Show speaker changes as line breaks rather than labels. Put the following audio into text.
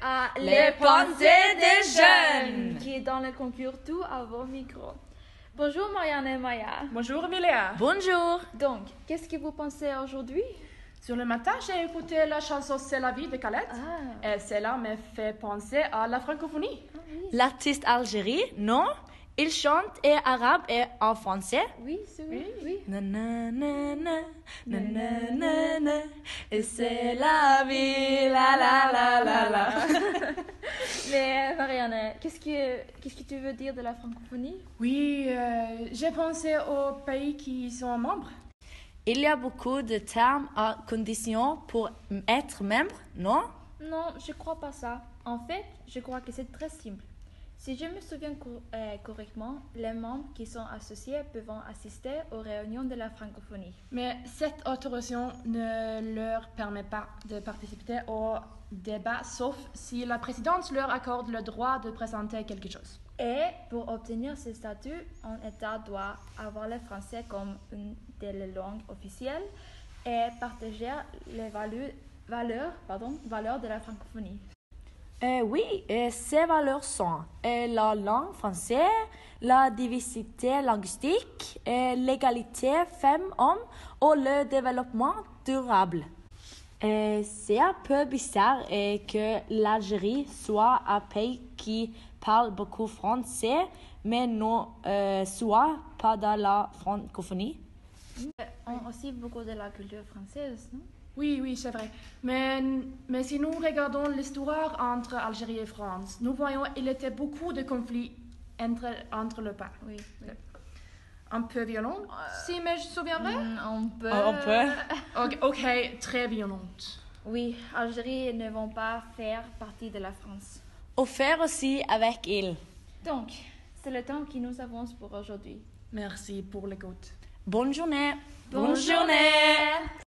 à
Les pensées des jeunes.
qui est dans le concours Tout à vos micros. Bonjour Marianne et Maya.
Bonjour Miléa.
Bonjour.
Donc, qu'est-ce que vous pensez aujourd'hui
Sur le matin, j'ai écouté la chanson C'est la vie de Calette.
Ah,
Et cela me fait penser à la francophonie.
L'artiste algérien, non Il chante et arabe et en français.
Ah, oui, c'est oui, oui.
Na, na, na, na, na, na, na, na. Et c'est la vie, la la la la la.
Mais euh, Marianne, qu'est-ce que qu'est-ce que tu veux dire de la francophonie
Oui, euh, j'ai pensé aux pays qui y sont membres.
Il y a beaucoup de termes à condition pour être membre, non
Non, je crois pas ça. En fait, je crois que c'est très simple. Si je me souviens co- euh, correctement, les membres qui sont associés peuvent assister aux réunions de la francophonie.
Mais cette autorisation ne leur permet pas de participer au débat, sauf si la présidence leur accorde le droit de présenter quelque chose.
Et pour obtenir ce statut, un État doit avoir le français comme une des langues officielles et partager les valu- valeurs, pardon, valeurs de la francophonie.
Euh, oui, et ces valeurs sont euh, la langue française, la diversité linguistique, euh, l'égalité femmes-hommes et le développement durable. Euh, C'est un peu bizarre euh, que l'Algérie soit un pays qui parle beaucoup français, mais ne euh, soit pas dans la francophonie.
On a aussi beaucoup de la culture française, non
Oui, oui, c'est vrai. Mais, mais si nous regardons l'histoire entre Algérie et France, nous voyons qu'il était beaucoup de conflits entre, entre le pas.
Oui. oui.
Un peu violent, si mais je me souviens bien.
Mm, on peut.
Euh, Ok, ok, très violente.
Oui, Algérie ne vont pas faire partie de la France.
Offert aussi avec il.
Donc, c'est le temps qui nous avance pour aujourd'hui.
Merci pour l'écoute.
Bonne journée.
Bonne journée